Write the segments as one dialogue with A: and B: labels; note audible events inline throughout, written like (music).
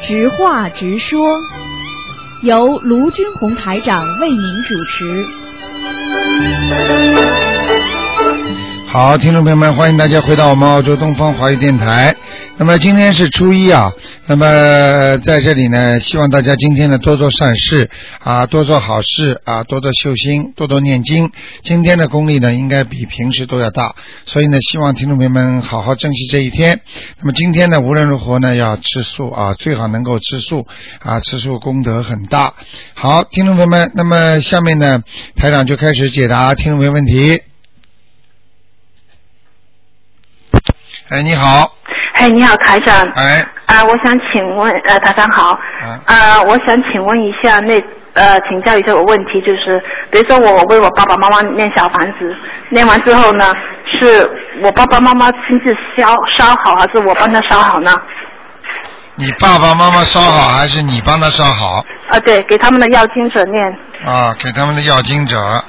A: 直话直说，由卢军红台长为您主持。
B: 好，听众朋友们，欢迎大家回到我们澳洲东方华语电台。那么今天是初一啊，那么在这里呢，希望大家今天呢多做善事啊，多做好事啊，多多修心，多多念经。今天的功力呢，应该比平时都要大，所以呢，希望听众朋友们好好珍惜这一天。那么今天呢，无论如何呢，要吃素啊，最好能够吃素啊，吃素功德很大。好，听众朋友们，那么下面呢，台长就开始解答听众朋友问题。哎，你好，
C: 哎，你好，台长。
B: 哎，
C: 啊，我想请问，呃，台长好。
B: 啊
C: 呃，我想请问一下，那呃，请教一下我问题，就是比如说我为我爸爸妈妈念小房子，念完之后呢，是我爸爸妈妈亲自烧烧好，还是我帮他烧好呢？
B: 你爸爸妈妈烧好还是你帮他烧好？
C: 啊，对，给他们的要经者念。
B: 啊，给他们的要经者。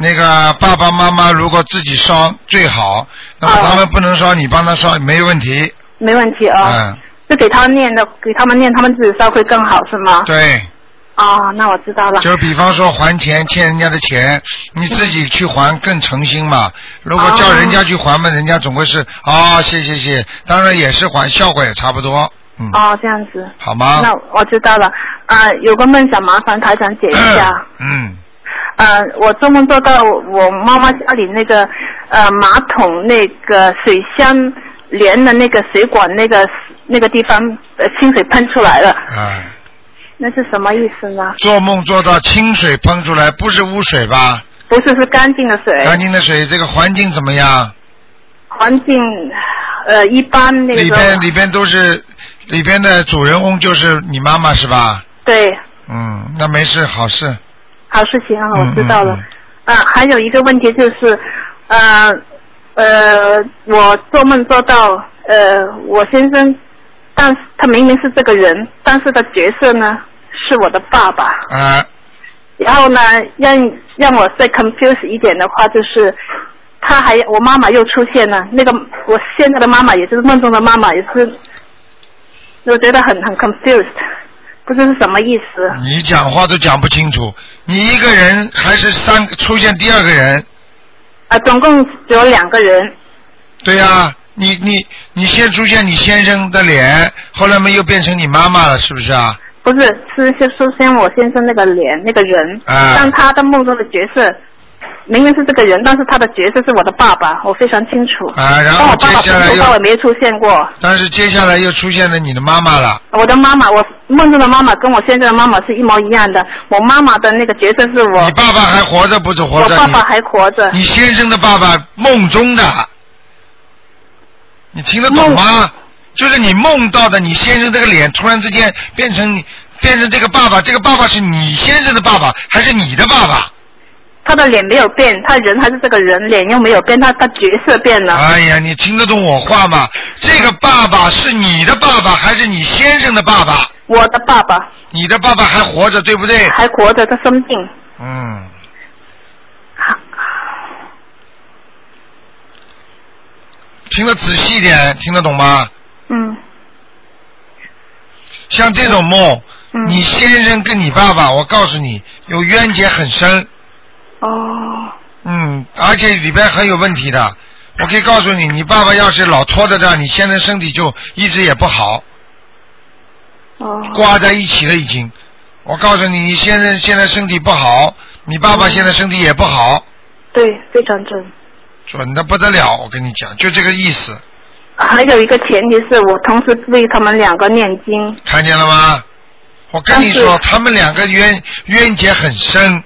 B: 那个爸爸妈妈如果自己烧最好，那
C: 哦
B: 么他们不能烧，你帮他烧没问题。
C: 没问题啊、
B: 嗯，
C: 就给他念的，给他们念，他们自己烧会更好，是吗？
B: 对，
C: 啊、那我知道了。
B: 就比方说还钱欠人家的钱，你自己去还更诚心嘛。如果叫人家去还嘛，人家总归是啊、谢谢谢，当然也是还，效果也差不多，嗯，
C: 哦，这样子。
B: 好吗？
C: 那我知道了。啊、有个梦想麻烦台长解
B: (clears throat)
C: 一下。
B: 嗯，
C: 呃，我做梦做到我妈妈家里那个呃马桶那个水箱连的那个水管那个那个地方呃清水喷出来了，
B: 啊，
C: 那是什么意思呢？
B: 做梦做到清水喷出来，不是污水吧？
C: 不是是干净的水，
B: 干净的水，这个环境怎么样？
C: 环境呃一般那个
B: 里
C: 时
B: 边
C: 候
B: 里边都是里边的主人翁就是你妈妈是吧？
C: 对
B: 嗯，那没事，好事。
C: 好事情啊，我
B: 嗯
C: 知道了。
B: 嗯
C: 啊，还有一个问题就是，呃呃，我做梦做到呃，我先生，但是他明明是这个人，但是他角色呢是我的爸爸。
B: 啊、
C: 然后呢，让让我再 confuse 一点的话，就是他还我妈妈又出现了，那个我现在的妈妈，也就是梦中的妈妈，也是，我觉得很很 confused，不知是什么意思。
B: 你讲话都讲不清楚，你一个人还是三个出现第二个人？
C: 啊，总共只有两个人。
B: 对呀、你你你先出现你先生的脸，后来嘛又变成你妈妈了，是不是啊？
C: 不是，是先首先我先生那个脸那个人，
B: 啊
C: 但他的梦中的角色明明是这个人，但是他的角色是我的爸爸，我非常清楚。
B: 啊然后
C: 但我爸爸
B: 接下来
C: 从头
B: 又
C: 到尾没出现过。
B: 但是接下来又出现了你的妈妈了，
C: 我的妈妈，我梦中的妈妈跟我现在的妈妈是一模一样的。我妈妈的那个角色是我，
B: 你爸爸还活着不是活
C: 我
B: 着？
C: 爸
B: 你
C: 爸还活 (laughs) 着。
B: 你先生的爸爸梦中的，你听得懂吗？就是你梦到的，你先生这个脸突然之间变成你，变成这个爸爸，这个爸爸是你先生的爸爸还是你的爸爸？
C: 他的脸没有变，他人还是这个人，脸又没有变，他他角色变了。
B: 哎呀，你听得懂我话吗？这个爸爸是你的爸爸还是你先生的爸爸？
C: 我的爸爸
B: 你的爸爸还活着，对不对？
C: 还活着，他生病。
B: 嗯，听得仔细一点，听得懂吗？
C: 嗯
B: 像这种梦，
C: 嗯。
B: 你先生跟你爸爸，我告诉你，有冤结很深。
C: 哦。
B: 嗯，而且里边很有问题的。我可以告诉你，你爸爸要是老拖着这，你现在身体就一直也不好，
C: 哦。
B: 挂在一起了已经。我告诉你，你现在现在身体不好，你爸爸现在身体也不好，
C: 对，非常准。
B: 准的不得了。我跟你讲，就这个意思，
C: 还有一个前提是我同时为他们两个念经，
B: 看见了吗？我跟你说，
C: 但
B: 他们两个冤冤结很深，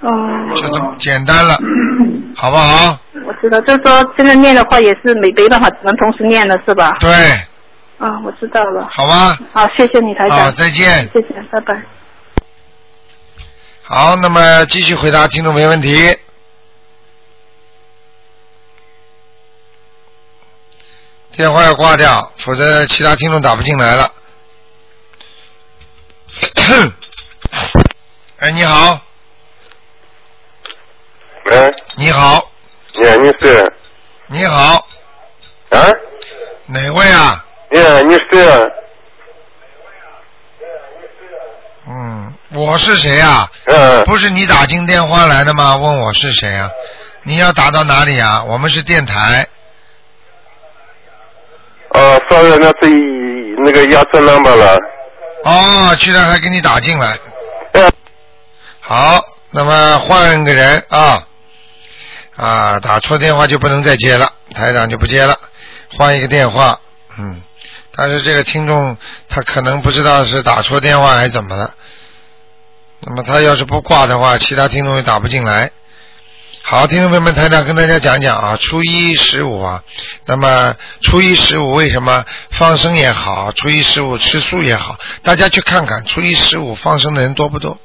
D: 哦
C: 嗯，
B: 就这么简单了，
D: 嗯
B: 好不好？
C: 我知道，就是说现在念的话也是没没办法，只能同时念了，是吧？
B: 对，
D: 哦
C: 啊，我知道了。
B: 好吧。
C: 好，谢谢你台长，
B: 好，再见。
C: 谢谢，拜拜。
B: 好，那么继续回答听众没问题。电话要挂掉，否则其他听众打不进来了。 (coughs) 哎，你好，
E: 哎，
B: 你好，
E: 呀，你是
B: 你好，
E: 啊？
B: 哪位啊？
E: 呀，你是
B: 嗯我是谁啊？
E: 嗯，
B: 不是你打进电话来的吗？问我是谁啊？你要打到哪里啊？我们是电台，
E: 哦，稍微那这那个要这 number 了，
B: 哦，居然还给你打进来。
E: 嗯
B: 好，那么换个人啊，啊，打错电话就不能再接了，台长就不接了，换一个电话，嗯，但是这个听众他可能不知道是打错电话还是怎么了，那么他要是不挂的话，其他听众也打不进来。好，听众朋友们，台长跟大家讲讲啊，初一十五啊，那么初一十五为什么放生也好，初一十五吃素也好，大家去看看初一十五放生的人多不多？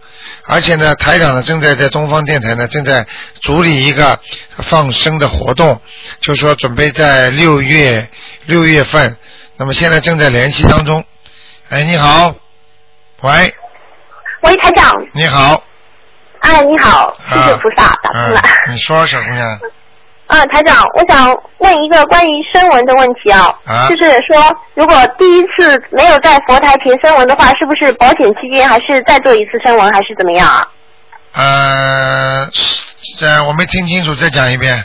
B: 而且呢，台长呢正在在东方电台呢正在组理一个放生的活动，就说准备在六月六月份，那么现在正在联系当中。哎，你好，喂，
D: 喂，台长，
B: 你好，
D: 哎，你好，谢谢
B: 啊
D: 菩萨打通
B: 嗯
D: 了。，
B: 你说小姑娘，
D: (laughs) 啊，台长，我想问一个关于声纹的问题啊，
B: 啊
D: 就是说，如果第一次没有在佛台前声纹的话，是不是保险期间还是再做一次声纹，还是怎么样啊？
B: 呃，这我没听清楚，再讲一遍。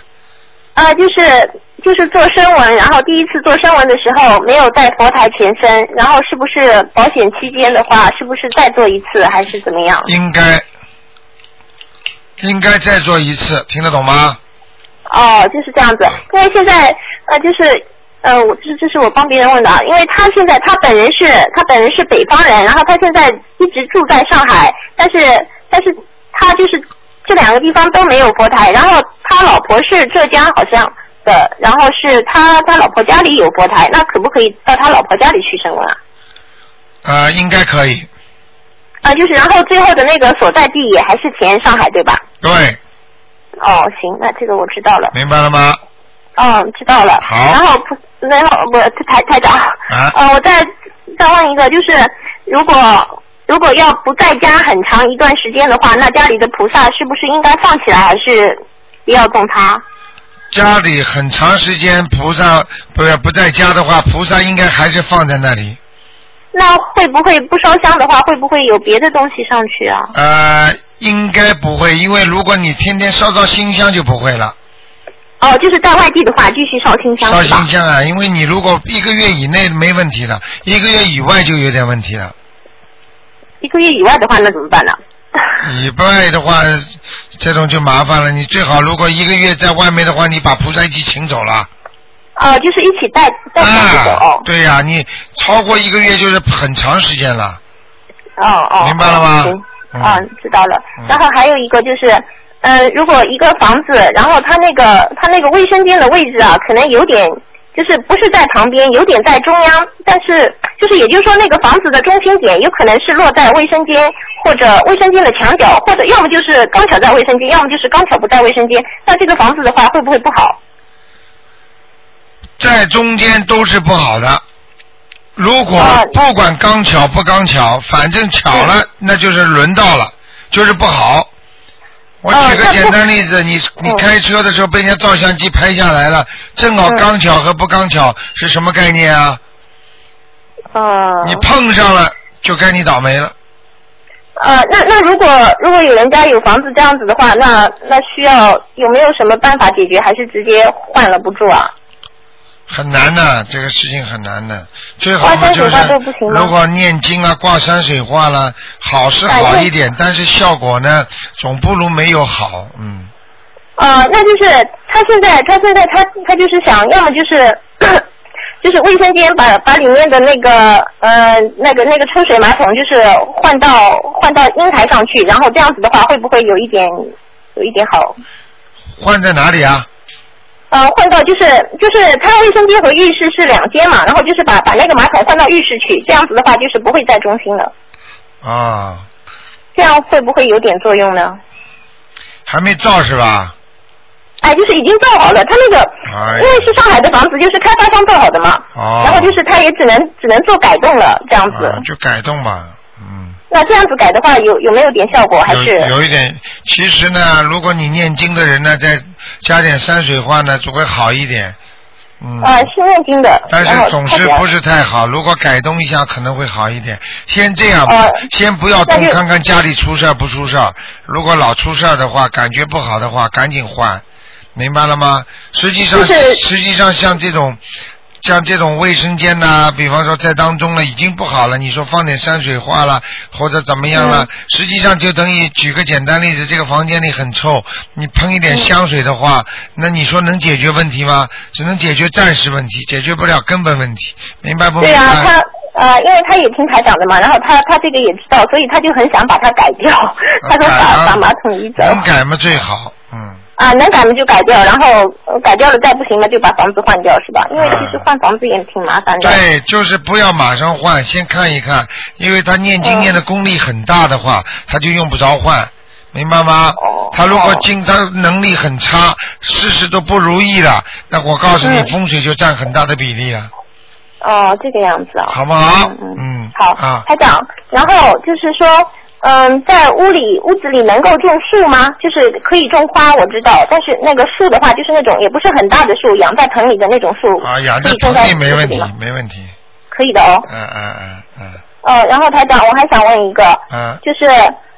D: 啊，就是就是做声纹，然后第一次做声纹的时候没有在佛台前声，然后是不是保险期间的话，是不是再做一次，还是怎么样？
B: 应该应该再做一次，听得懂吗？
D: 哦，就是这样子。因为现在呃，就是呃，我这这是我帮别人问的，啊，因为他现在他本人是他本人是北方人，然后他现在一直住在上海，但是但是他就是这两个地方都没有佛台，然后他老婆是浙江好像的，然后是他他老婆家里有佛台，那可不可以到他老婆家里去生纹啊？
B: 呃，应该可以。
D: 啊、就是然后最后的那个所在地也还是前上海对吧？
B: 对，
D: 哦，行，那这个我知道了。
B: 明白了吗？
D: 嗯，知道了。
B: 好
D: 然后不，然后我台台长，
B: 啊
D: 呃，我再再问一个，就是如果如果要不在家很长一段时间的话，那家里的菩萨是不是应该放起来，还是不要动它？
B: 家里很长时间菩萨不是不在家的话，菩萨应该还是放在那里。
D: 那会不会不烧香的话，会不会有别的东西上去啊？
B: 呃，应该不会，因为如果你天天烧烧新香就不会了。
D: 哦，就是在外地的话，继续烧清香
B: 烧
D: 是吧
B: 新？香啊，因为你如果一个月以内没问题的，一个月以外就有点问题了。
D: 一个月以外的话，那怎么办呢？
B: 以外的话，这种就麻烦了。你最好如果一个月在外面的话，你把菩萨一起请走了。
D: (laughs) 哦，就是一起带带上去走
B: 啊
D: 哦，
B: 对呀、你超过一个月就是很长时间了。
D: 哦哦，
B: 明白了吗
D: 行，
B: 嗯
D: 啊，知道了
B: 嗯。
D: 然后还有一个就是，呃，如果一个房子，然后它那个它那个卫生间的位置啊，可能有点就是不是在旁边，有点在中央，但是就是也就是说那个房子的中心点有可能是落在卫生间或者卫生间的墙角，或者要么就是刚巧在卫生间，要么就是刚巧不在卫生间。那这个房子的话会不会不好？
B: 在中间都是不好的。如果
D: 啊嗯
B: 不管刚巧不刚巧，反正巧了，那就是轮到了，就是不好。我
D: 啊
B: 举个
D: 那
B: 简
D: 不
B: 单例子，你你
D: 嗯
B: 开车的时候被人家照相机拍下来了，正好
D: 嗯
B: 刚巧和不刚巧是什么概念啊？
D: 呃，
B: 你碰上了就该你倒霉了。
D: 呃，那那如果如果有人家有房子这样子的话，那那需要有没有什么办法解决，还是直接换了不住啊？
B: 很难的、这个事情很难的。最好
D: 挂
B: 嘛
D: 山
B: 就
D: 水
B: 是
D: 画都不行吗
B: 如果念经啊、挂山水画啦，好是
D: 哎
B: 好一点，但是效果呢，总不如没有好。嗯，
D: 呃，那就是他现在他现在他他就是想要么就是就是卫生间把把里面的那个呃那个那个抽水马桶就是换到换到阴台上去，然后这样子的话会不会有一点有一点好？
B: 换在哪里啊？
D: 呃，换到就是就是他卫生间和浴室是两间嘛，然后就是把把那个马桶换到浴室去，这样子的话就是不会在中心了。
B: 啊，
D: 这样会不会有点作用呢？
B: 还没造是吧？
D: 哎，就是已经造好了，他那个、
B: 哎呀
D: 因为是上海的房子，就是开发商造好的嘛，
B: 哦
D: 然后就是他也只能只能做改动了，这样子。
B: 啊，就改动吧。嗯，
D: 那这样子改的话，有有没有点效果？还
B: 有
D: 是
B: 有一点，其实呢，如果你念经的人呢，再加点山水画呢，就会好一点。嗯
D: 呃，是念经的，
B: 但
D: 然后
B: 是总
D: 他
B: 是
D: 想
B: 不是太好，如果改动一下可能会好一点。先这样吧，
D: 呃
B: 先不要动
D: 那，就
B: 看看家里出事儿不出事儿。如果老出事儿的话，感觉不好的话，赶紧换，明白了吗？实际上，
D: 就是
B: 实际上像这种。像这种卫生间呐、比方说在当中了已经不好了，你说放点山水画了，或者怎么样了，实际上就等于举个简单例子，这个房间里很臭，你喷一点香水的话，那你说能解决问题吗？只能解决暂时问题，解决不了根本问题，明白不明
D: 对
B: 白？
D: 啊，他呃，因为他也听台长的嘛，然后他他这个也知道，所以他就很想把它改掉，他说
B: 改
D: 把
B: 啊
D: 把马桶移走
B: 能改嘛最好，嗯。
D: 啊，能改嘛就改掉，然后呃改掉了再不行嘛就把房子换掉是吧？因为其实换房子也挺麻烦的。
B: 啊对，就是不要马上换，先看一看，因为他念经
D: 嗯
B: 念的功力很大的话，他就用不着换，明白吗？
D: 哦
B: 他如果
D: 哦
B: 经他能力很差，事事都不如意了，那我告诉你，
D: 嗯
B: 风水就占很大的比例了，
D: 哦，这个样子啊。
B: 好不好？
D: 嗯
B: 嗯，
D: 好，
B: 啊，
D: 台长，然后就是说，嗯，在屋里屋子里能够种树吗？就是可以种花，我知道，但是那个树的话，就是那种也不是很大的树，养在盆里的那种树，
B: 啊，养
D: 可
B: 在
D: 以
B: 盆
D: 种在
B: 里没
D: 屋
B: 问
D: 子
B: 题
D: 里吗，
B: 没问题，
D: 可以的哦。
B: 嗯嗯嗯嗯
D: 呃，然后台长，我还想问一个，
B: 嗯，
D: 就是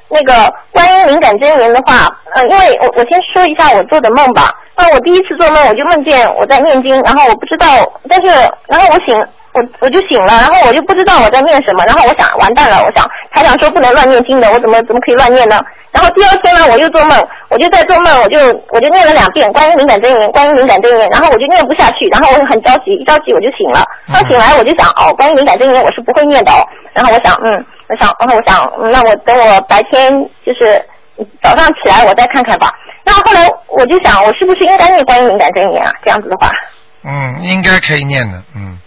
D: 那个观音灵感真言的话，呃，因为我我先说一下我做的梦吧。那我第一次做梦，我就梦见我在念经，然后我不知道，但是然后我醒，我我就醒了，然后我就不知道我在念什么，然后我想完蛋了，我想台长说不能乱念经的，我怎么怎么可以乱念呢？然后第二天呢，我又做梦，我就在做梦，我就我就念了两遍观音灵感真言，观音灵感真言，然后我就念不下去，然后我就很着急，一着急我就醒了，
B: 嗯
D: 刚醒来我就想哦，观音灵感真言我是不会念的哦，然后我想嗯，我想，然后我想，嗯那我等我白天就是早上起来我再看看吧。然后后来我就想，我是不是应该念观音灵感真言啊？这样子的话，
B: 嗯，应该可以念的，嗯。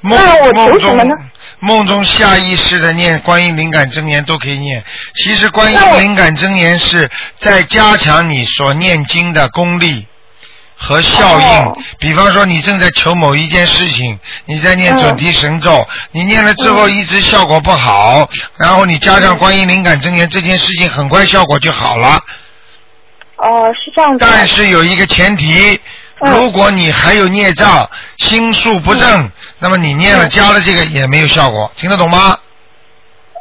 B: 梦
D: 那我
B: 梦
D: 求什
B: 中
D: 么呢
B: 梦中下意识的念观音灵感真言都可以念。其实观音
D: 那我
B: 灵感真言是在加强你所念经的功力和效应。
D: 哦
B: 比方说，你正在求某一件事情，你在
D: 嗯
B: 念准提神咒，你念了之后一直效果不好，然后你加
D: 嗯
B: 上观音灵感真言，这件事情很快效果就好了。
D: 哦，是这样子的。
B: 但是有一个前提，
D: 嗯
B: 如果你还有孽障，心术不正，那么你
D: 嗯
B: 念了加了这个也没有效果，听得懂吗？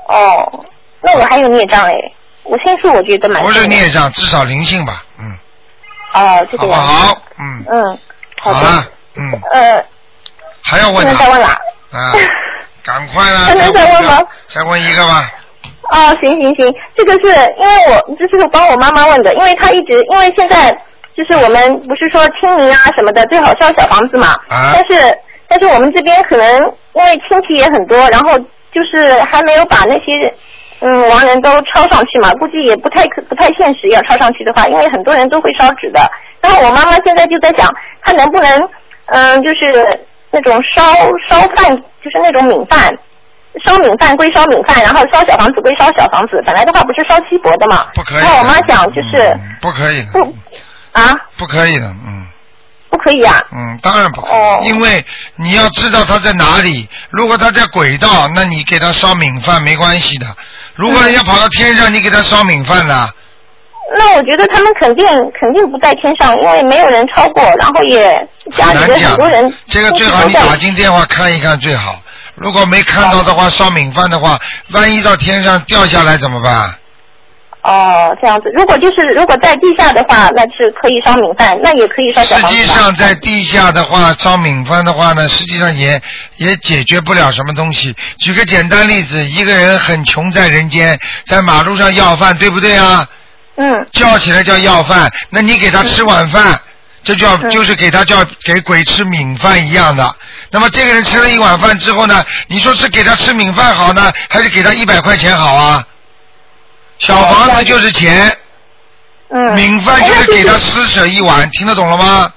D: 哦，那我还有孽障哎，我心术我觉得蛮
B: 不是
D: 重的
B: 孽障，至少灵性吧，嗯，
D: 哦，这
B: 好
D: 个
B: 不
D: 样子。
B: 好？嗯，
D: 嗯，
B: 好
D: 的。
B: 了，嗯，
D: 呃，
B: 还要
D: 不
B: 问
D: 能再
B: 啊？
D: 问了。 (laughs)
B: 啊，赶快啦！
D: 还能
B: 再
D: 再
B: 一
D: 问
B: 个
D: 吗？
B: 再问一个吧，
D: 哦，行行行，这个是因为我这是帮我妈妈问的，因为她一直因为现在就是我们不是说清明啊什么的，最好烧小房子嘛。
B: 啊
D: 但是但是我们这边可能因为亲戚也很多，然后就是还没有把那些嗯亡人都抄上去嘛，估计也不太可不太现实，要抄上去的话，因为很多人都会烧纸的。然后我妈妈现在就在想，她能不能嗯就是那种烧烧饭，就是那种米饭。烧米饭归烧米饭，然后烧小房子归烧小房子。本来的话不是烧西伯的嘛，
B: 不可以的。
D: 然后我妈想就是、
B: 嗯不可以的，
D: 不啊，
B: 不可以的，嗯。
D: 不可以啊，
B: 嗯，当然不可以，
D: 哦
B: 因为你要知道他在哪里。如果他在轨道，那你给他烧米饭没关系的。如
D: 嗯
B: 果人家跑到天上，你给他烧米饭了，
D: 那我觉得他们肯定肯定不在天上，因为没有人超过，然后也家
B: 很
D: 里
B: 难
D: 的
B: 讲
D: 很多人。
B: 这个
D: 都
B: 最
D: 是
B: 好
D: 都
B: 你
D: 在
B: 打进电话看一看最好。如果没看到的话，烧米饭的话，万一到天上掉下来怎么办？
D: 哦，这样子。如果就是如果在地下的话，那是可以烧米饭，那也可以烧小
B: 实
D: 房子吧。
B: 际上，在地下的话，烧米饭的话呢，实际上也也解决不了什么东西。举个简单例子，一个人很穷在人间，在马路上要饭，对不对啊？
D: 嗯
B: 叫起来叫要饭，那你给他吃晚饭，这叫
D: 嗯
B: 就是给他叫给鬼吃米饭一样的。那么这个人吃了一碗饭之后呢，你说是给他吃米饭好呢，还是给他一百块钱好啊？小房子就是钱，
D: 嗯。
B: 米饭就
D: 哎
B: 是给他
D: 那
B: 施舍一碗，听得懂了吗？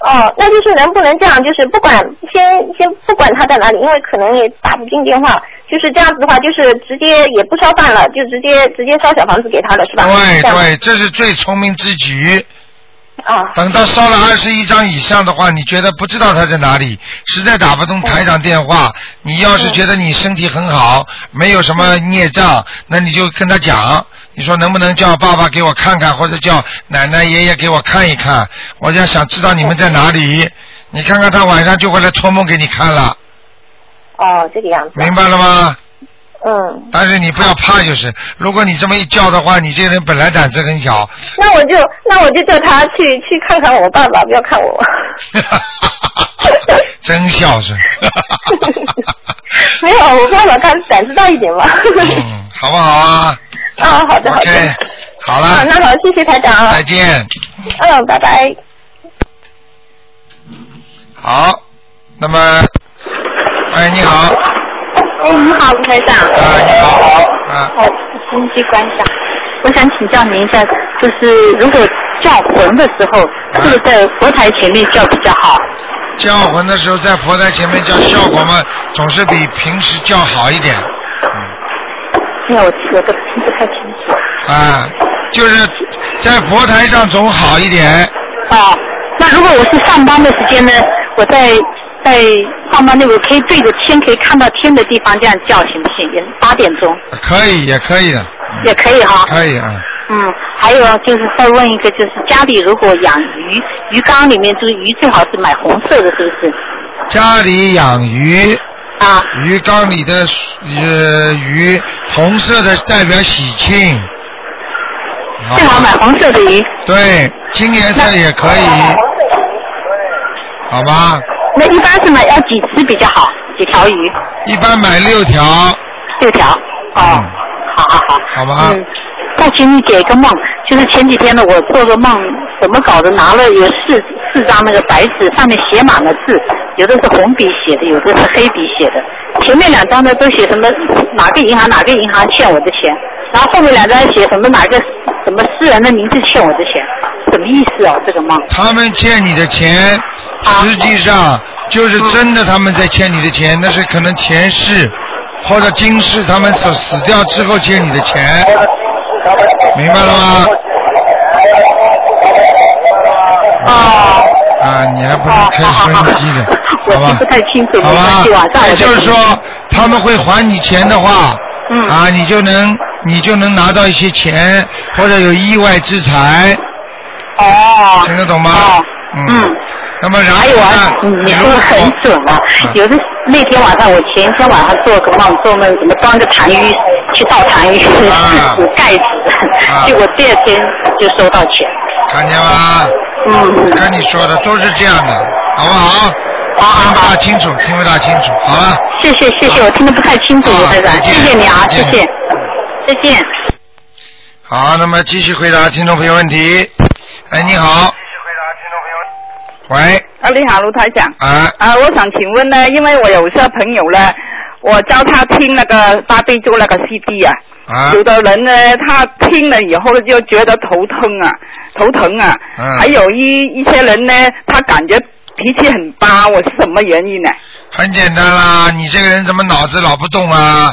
D: 哦，那就是能不能这样，就是不管先先不管他在哪里，因为可能也打不进电话，就是这样子的话，就是直接也不烧饭了，就直接直接烧小房子给他了，是吧？
B: 对
D: 这样
B: 对，这是最聪明之举。
D: 啊，
B: 等到烧了二十一张以上的话，你觉得不知道他在哪里，实在打不通台长电话，你要是觉得你身体很好，没有什么孽障，那你就跟他讲，你说能不能叫爸爸给我看看，或者叫奶奶爷爷给我看一看？我要想知道你们在哪里。你看看他晚上就会来托梦给你看了，
D: 哦，这个样子。
B: 明白了吗？
D: 嗯，
B: 但是你不要怕，就是如果你这么一叫的话，你这个人本来胆子很小， (laughs)
D: 那我就那我就叫他去去看看我爸爸，不要看
B: (laughs)
D: 我。
B: 真孝顺。 (laughs)
D: (laughs) 没有，我爸爸他胆子大一点嘛。
B: 嗯， (laughs) 好不好啊
D: (laughs) 啊，好的好的。
B: ？OK，好了，
D: 啊，那好，谢谢台长啊
B: 再。见。
D: 嗯，拜拜。
B: 好，那么，哎，你好，
D: 哎，你好，卢台长。
B: 啊，你好，啊，
D: 好，心机关上。我想请教您一下，就是如果叫魂的时候，是不是在佛台前面叫比较好？
B: 叫魂的时候在佛台前面叫，效果嘛总是比平时叫好一点。
D: 没有，我我都听不太清楚。
B: 啊，就是在佛台上总好一点。
D: 哦，那如果我是上班的时间呢，我在在上班那我可以对着天可以看到天的地方这样叫行不行？也是八点钟
B: 可以，也可以的，
D: 也可以哈。
B: 可以啊。
D: 嗯，还有啊，就是再问一个，就是家里如果养鱼，鱼缸里面这个鱼最好是买红色的，是不是？
B: 家里养鱼，
D: 啊，
B: 鱼缸里的呃鱼，红色的代表喜庆。
D: 最好买红色的鱼。
B: 对，金颜色也可以，好吧？
D: 那一般是买要几只比较好？几条鱼？
B: 一般买六条。
D: 六条。哦，好好好。
B: 好吧
D: 嗯，再请你解一个梦，就是前几天呢，我做个梦，怎么搞的？拿了有四四张那个白纸，上面写满了字，有的是红笔写的，有的是黑笔写的。前面两张呢都写什么哪个银行哪个银行欠我的钱，然后后面两张写什么哪个什么私人的名字欠我的钱，什么意思哦？这个梦？
B: 他们欠你的钱，
D: 啊
B: 实际上就是真的他们在欠你的钱，那是可能前世或者今世他们死死掉之后欠你的钱，明白了吗？
D: 哦。
B: 啊，你还不能开收音机的，
D: 我
B: 好吧
D: 听不？太清楚，没
B: 好
D: 关系，晚
B: 吧，
D: 上
B: 也
D: 我
B: 就是说，他们会还你钱的话，
D: 嗯
B: 啊，你就能你就能拿到一些钱，或者有意外之财，
D: 哦，
B: 听得懂吗
D: 哦，
B: 嗯
D: 嗯，
B: 那么然
D: 还
B: 后
D: 有
B: 呢
D: 啊，嗯，你
B: 如
D: 说
B: 果
D: 的很准啊。有的那天晚上，我前一天晚上做个梦，做梦怎么端着痰盂去倒痰盂， (laughs)
B: 啊
D: 我盖
B: 啊
D: 子，结果第二天就收到钱。
B: 看见吗？
D: 嗯，
B: 跟你说的都是这样的，好不好？
D: 好
B: 听
D: 好
B: 不大
D: 好，
B: 清楚，听不大清楚。好了，
D: 谢谢谢谢，我听得不太清楚，
B: 啊
D: 卢台长
B: 再，见
D: 谢谢你啊，
B: 再
D: 谢
B: 见
D: 谢，再见。
B: 好，那么继续回答听众朋友问题。哎，你好。继续回答听众朋友。喂，
C: 啊，你好，卢台长。
B: 啊，
C: 啊，我想请问呢，因为我有些朋友呢，我教他听那个大悲咒那个 CD 啊，
B: 啊
C: 有的人呢，他听了以后就觉得头疼啊，头疼啊，
B: 嗯
C: 还有一一些人呢，他感觉脾气很巴，我是什么原因呢？
B: 很简单啦，你这个人怎么脑子老不动啊？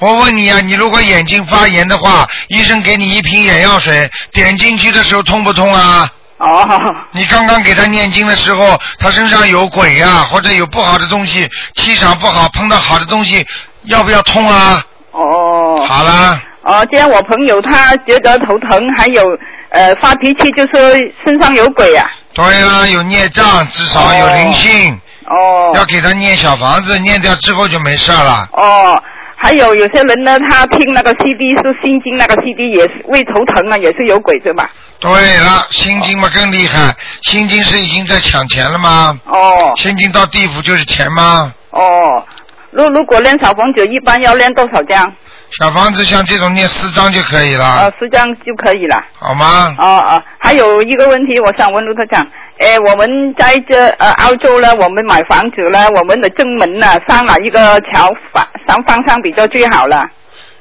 B: 我问你啊，你如果眼睛发炎的话，医生给你一瓶眼药水，点进去的时候痛不痛啊？
C: 哦，
B: 你刚刚给他念经的时候，他身上有鬼呀、或者有不好的东西，气场不好，碰到好的东西，要不要痛啊？
C: 哦，
B: 好啦，
C: 哦，既然我朋友他觉得头疼，还有呃发脾气，就说身上有鬼啊，
B: 对啦，有孽障，至少有灵性，
C: 哦，
B: 要给他念小房子，念掉之后就没事儿了。
C: 哦，还有有些人呢，他听那个 CD 是心经那个 CD 也是胃头疼啊，也是有鬼对吧？
B: 对了，心经嘛更厉害，心经是已经在抢钱了吗？
C: 哦
B: 心经到地府就是钱吗？
C: 哦，如如果练小房子，一般要练多少张？
B: 小房子像这种念四张就可以
C: 啊
B: 了，，
C: 十张就可以了。
B: 好吗？
C: 哦哦，还有一个问题，我想问卢科长，哎，我们在这呃澳洲呢，我们买房子呢，我们的正门呢上哪一个桥方上方向比较最好了？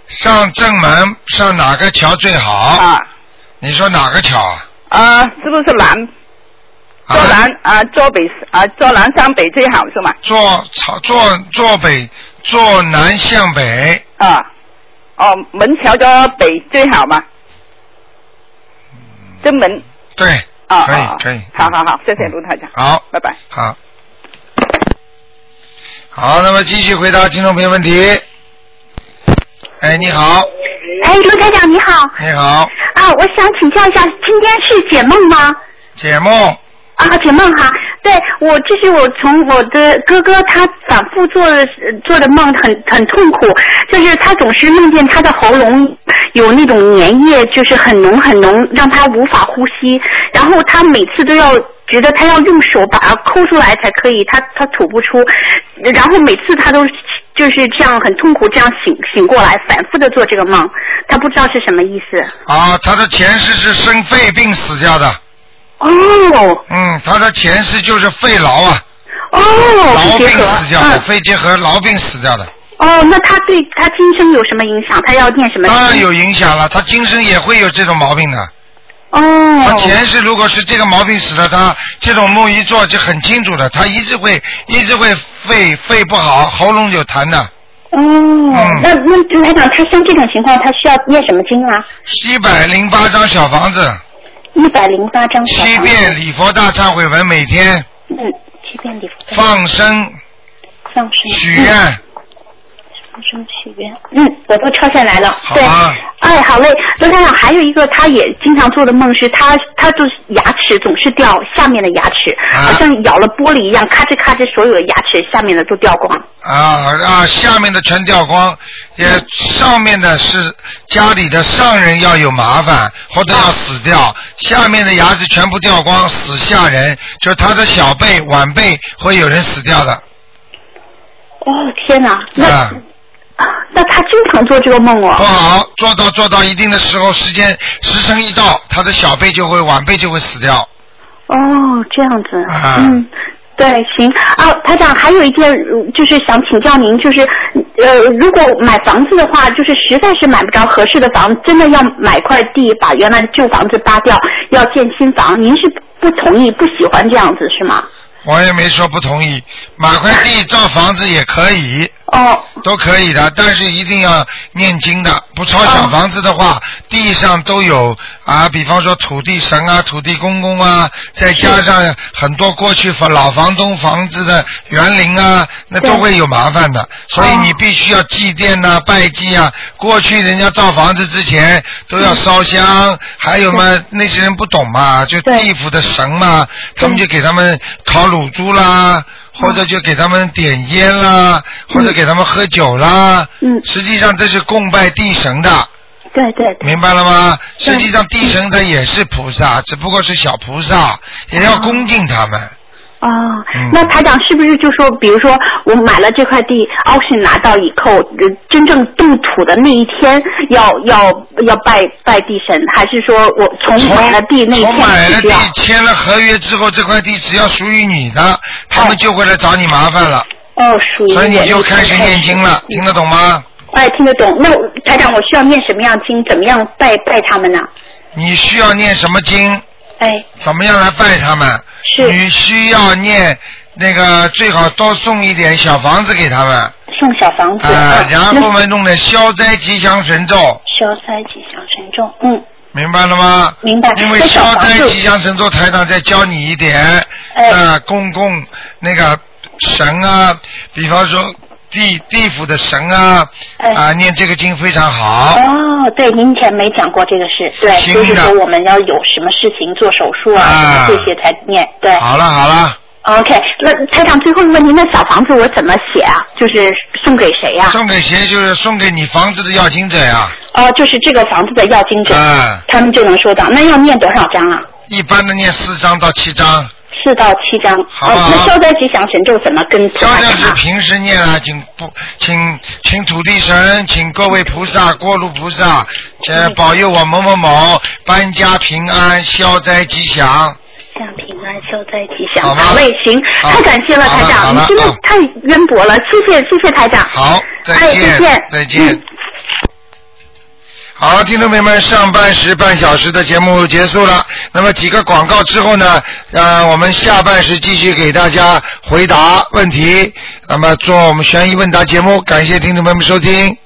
B: 上正门上哪个桥最好？
C: 啊
B: 你说哪个桥啊？
C: 啊、是不是南？
B: 啊
C: 坐南啊、坐北啊、坐南向北最好是吗？
B: 坐朝坐坐北，坐南向北，
C: 啊，哦，门朝着北最好嘛，正门
B: 对，
C: 啊，
B: 嗯可以
C: 啊
B: 可以嗯
C: 好好好，谢谢卢台长，
B: 好，
C: 拜拜。
B: 好，好，那么继续回答听众朋友问题。哎，你好，
D: 哎，卢台长你好
B: 你好，
D: 啊，我想请教一下，今天是解梦吗？
B: 解梦，
D: 啊，解梦哈，对我这是我从我的哥哥他反复做的呃做的梦很很痛苦，就是他总是梦见他的喉咙有那种粘液，就是很浓很浓，让他无法呼吸，然后他每次都要觉得他要用手把它抠出来才可以，他他吐不出，然后每次他都就是这样很痛苦，这样醒醒过来，反复的做这个梦，他不知道是什么意思。
B: 啊，他的前世是生肺病死掉的，
D: 哦
B: 嗯，他的前世就是肺痨啊，
D: 哦，
B: 痨
D: 结
B: 病
D: 合
B: 死掉
D: 嗯
B: 的，肺结核痨病死掉的，
D: 哦，那他对他今生有什么影响？他要念什么经？
B: 当然啊有影响了，他今生也会有这种毛病的。
D: 哦
B: 他前世如果是这个毛病使得他这种梦一做就很清楚的，他一直会一直会肺肺不好，喉咙有痰的，
D: 哦，
B: 嗯
D: 那那台长，他像这种情况，他需要念什么经啊？
B: 一百零八张小房子，
D: 一百零八张嗯小
B: 七
D: 房子
B: 遍礼佛大忏悔文，每天
D: 嗯，七遍礼佛
B: 放生
D: 嗯放生嗯
B: 许愿，
D: 放生许愿。嗯，我都抄下来了。
B: 好
D: 对。
B: 啊，
D: 哎，好嘞，刘台长，还有一个他也经常做的梦是他，他就是牙齿总是掉下面的牙齿，
B: 啊
D: 好像咬了玻璃一样，咔吱咔吱，所有的牙齿下面的都掉光。
B: 啊啊，下面的全掉光，
D: 嗯
B: 也上面的是家里的上人要有麻烦或者要
D: 嗯
B: 死掉，下面的牙齿全部掉光，死下人，就是他的小辈晚辈会有人死掉的，
D: 哦，天哪，那、
B: 啊。
D: 那他经常做这个梦
B: 不
D: 哦。
B: 好，做到做到一定的时候，时间时辰一到，他的小辈就会晚辈就会死掉。
D: 哦，这样子。
B: 啊
D: 嗯。对，行啊，台长，还有一件呃就是想请教您，就是呃，如果买房子的话，就是实在是买不着合适的房，真的要买块地，把原来的旧房子扒掉，要建新房，您是不同意、不喜欢这样子是吗？
B: 我也没说不同意，买块地造房子也可以，
D: 哦，
B: 都可以的，但是一定要念经的。不抄小房子的话，地上都有啊，比方说土地神啊、土地公公啊，再加上很多过去房老房东房子的园林啊，那都
D: 对
B: 会有麻烦的。所以
D: 哦
B: 你必须要祭奠呐、拜祭啊。过去人家造房子之前都要烧香，还有嘛，那些人不懂嘛，就
D: 对
B: 地府的神嘛，他们就给他们烤乳猪啦，或者就给他们点烟啦，或者给他们喝酒啦。
D: 嗯
B: 实际上这是供拜地神的，
D: 对对对，
B: 明白了吗？
D: 对嗯
B: 实际上地神他也是菩萨，只不过是小菩萨，也要恭敬他们。
D: 哦，
B: 嗯
D: 那台长是不是就说，比如说我买了这块地，auction 拿到以后，呃真正动土的那一天要要要拜拜地神，还是说我从
B: 从
D: 买了地啊那一
B: 从买
D: 天
B: 了
D: 起就
B: 地
D: 要？
B: 签了合约之后，这块地只要属于你的，他们就会来找你麻烦了，
D: 哦，属于
B: 所以
D: 我
B: 你就
D: 那天
B: 开始念经了，听得懂吗？
D: 嗯哎，听得懂。那我台长，我需要念什么样经？怎么样拜拜他们呢？
B: 你需要念什么经？
D: 哎，
B: 怎么样来拜他们？
D: 是
B: 你需要念那个最好多送一点小房子给他们啊、
D: 送小房子啊，
B: 然后呢弄点消灾吉祥神咒，
D: 消灾吉祥神咒，嗯，
B: 明白了吗？
D: 明白。
B: 因为
D: 那哎小
B: 消
D: 房
B: 灾
D: 子
B: 吉祥神咒台长再教你一点，
D: 哎
B: 呃，供供那个神啊，比方说地地府的神啊，啊、
D: 哎
B: 念这个经非常好。
D: 哦，对，您以前没讲过这个事，对，
B: 行
D: 就是
B: 的
D: 说我们要有什么事情做手术啊，
B: 啊
D: 什么这些才念，对。
B: 好了好了，
D: OK，那台长最后一个问题，那小房子我怎么写啊？就是送给谁啊呀、
B: 送给谁就是送给你房子的要经者呀、
D: 哦，就是这个房子的要经者，
B: 啊
D: 他们就能收到。那要念多少张啊？
B: 一般的念四张到七张。
D: 四到七张。
B: 好
D: 哦
B: 好，
D: 那消灾吉祥神咒怎么跟菩
B: 消
D: 萨
B: 灾
D: 讲
B: 是
D: 啊？
B: 平时念啊，请不请请土地神，请各位菩萨、过路菩萨，呃，保佑我某某某搬家平安、消灾吉祥。
D: 向平安，消灾吉祥。
B: 好吗
D: 嘞，行，
B: 好
D: 太感谢了，
B: 好了好
D: 台长，
B: 了
D: 你真的
B: 好
D: 太渊博了，谢谢谢谢台长。
B: 好，再
D: 哎
B: 见，
D: 再见
B: 再见
D: 嗯
B: 好，听众朋友们，上半时半小时的节目结束了。那么几个广告之后呢，呃，我们下半时继续给大家回答问题。那么做我们悬疑问答节目，感谢听众朋友们收听。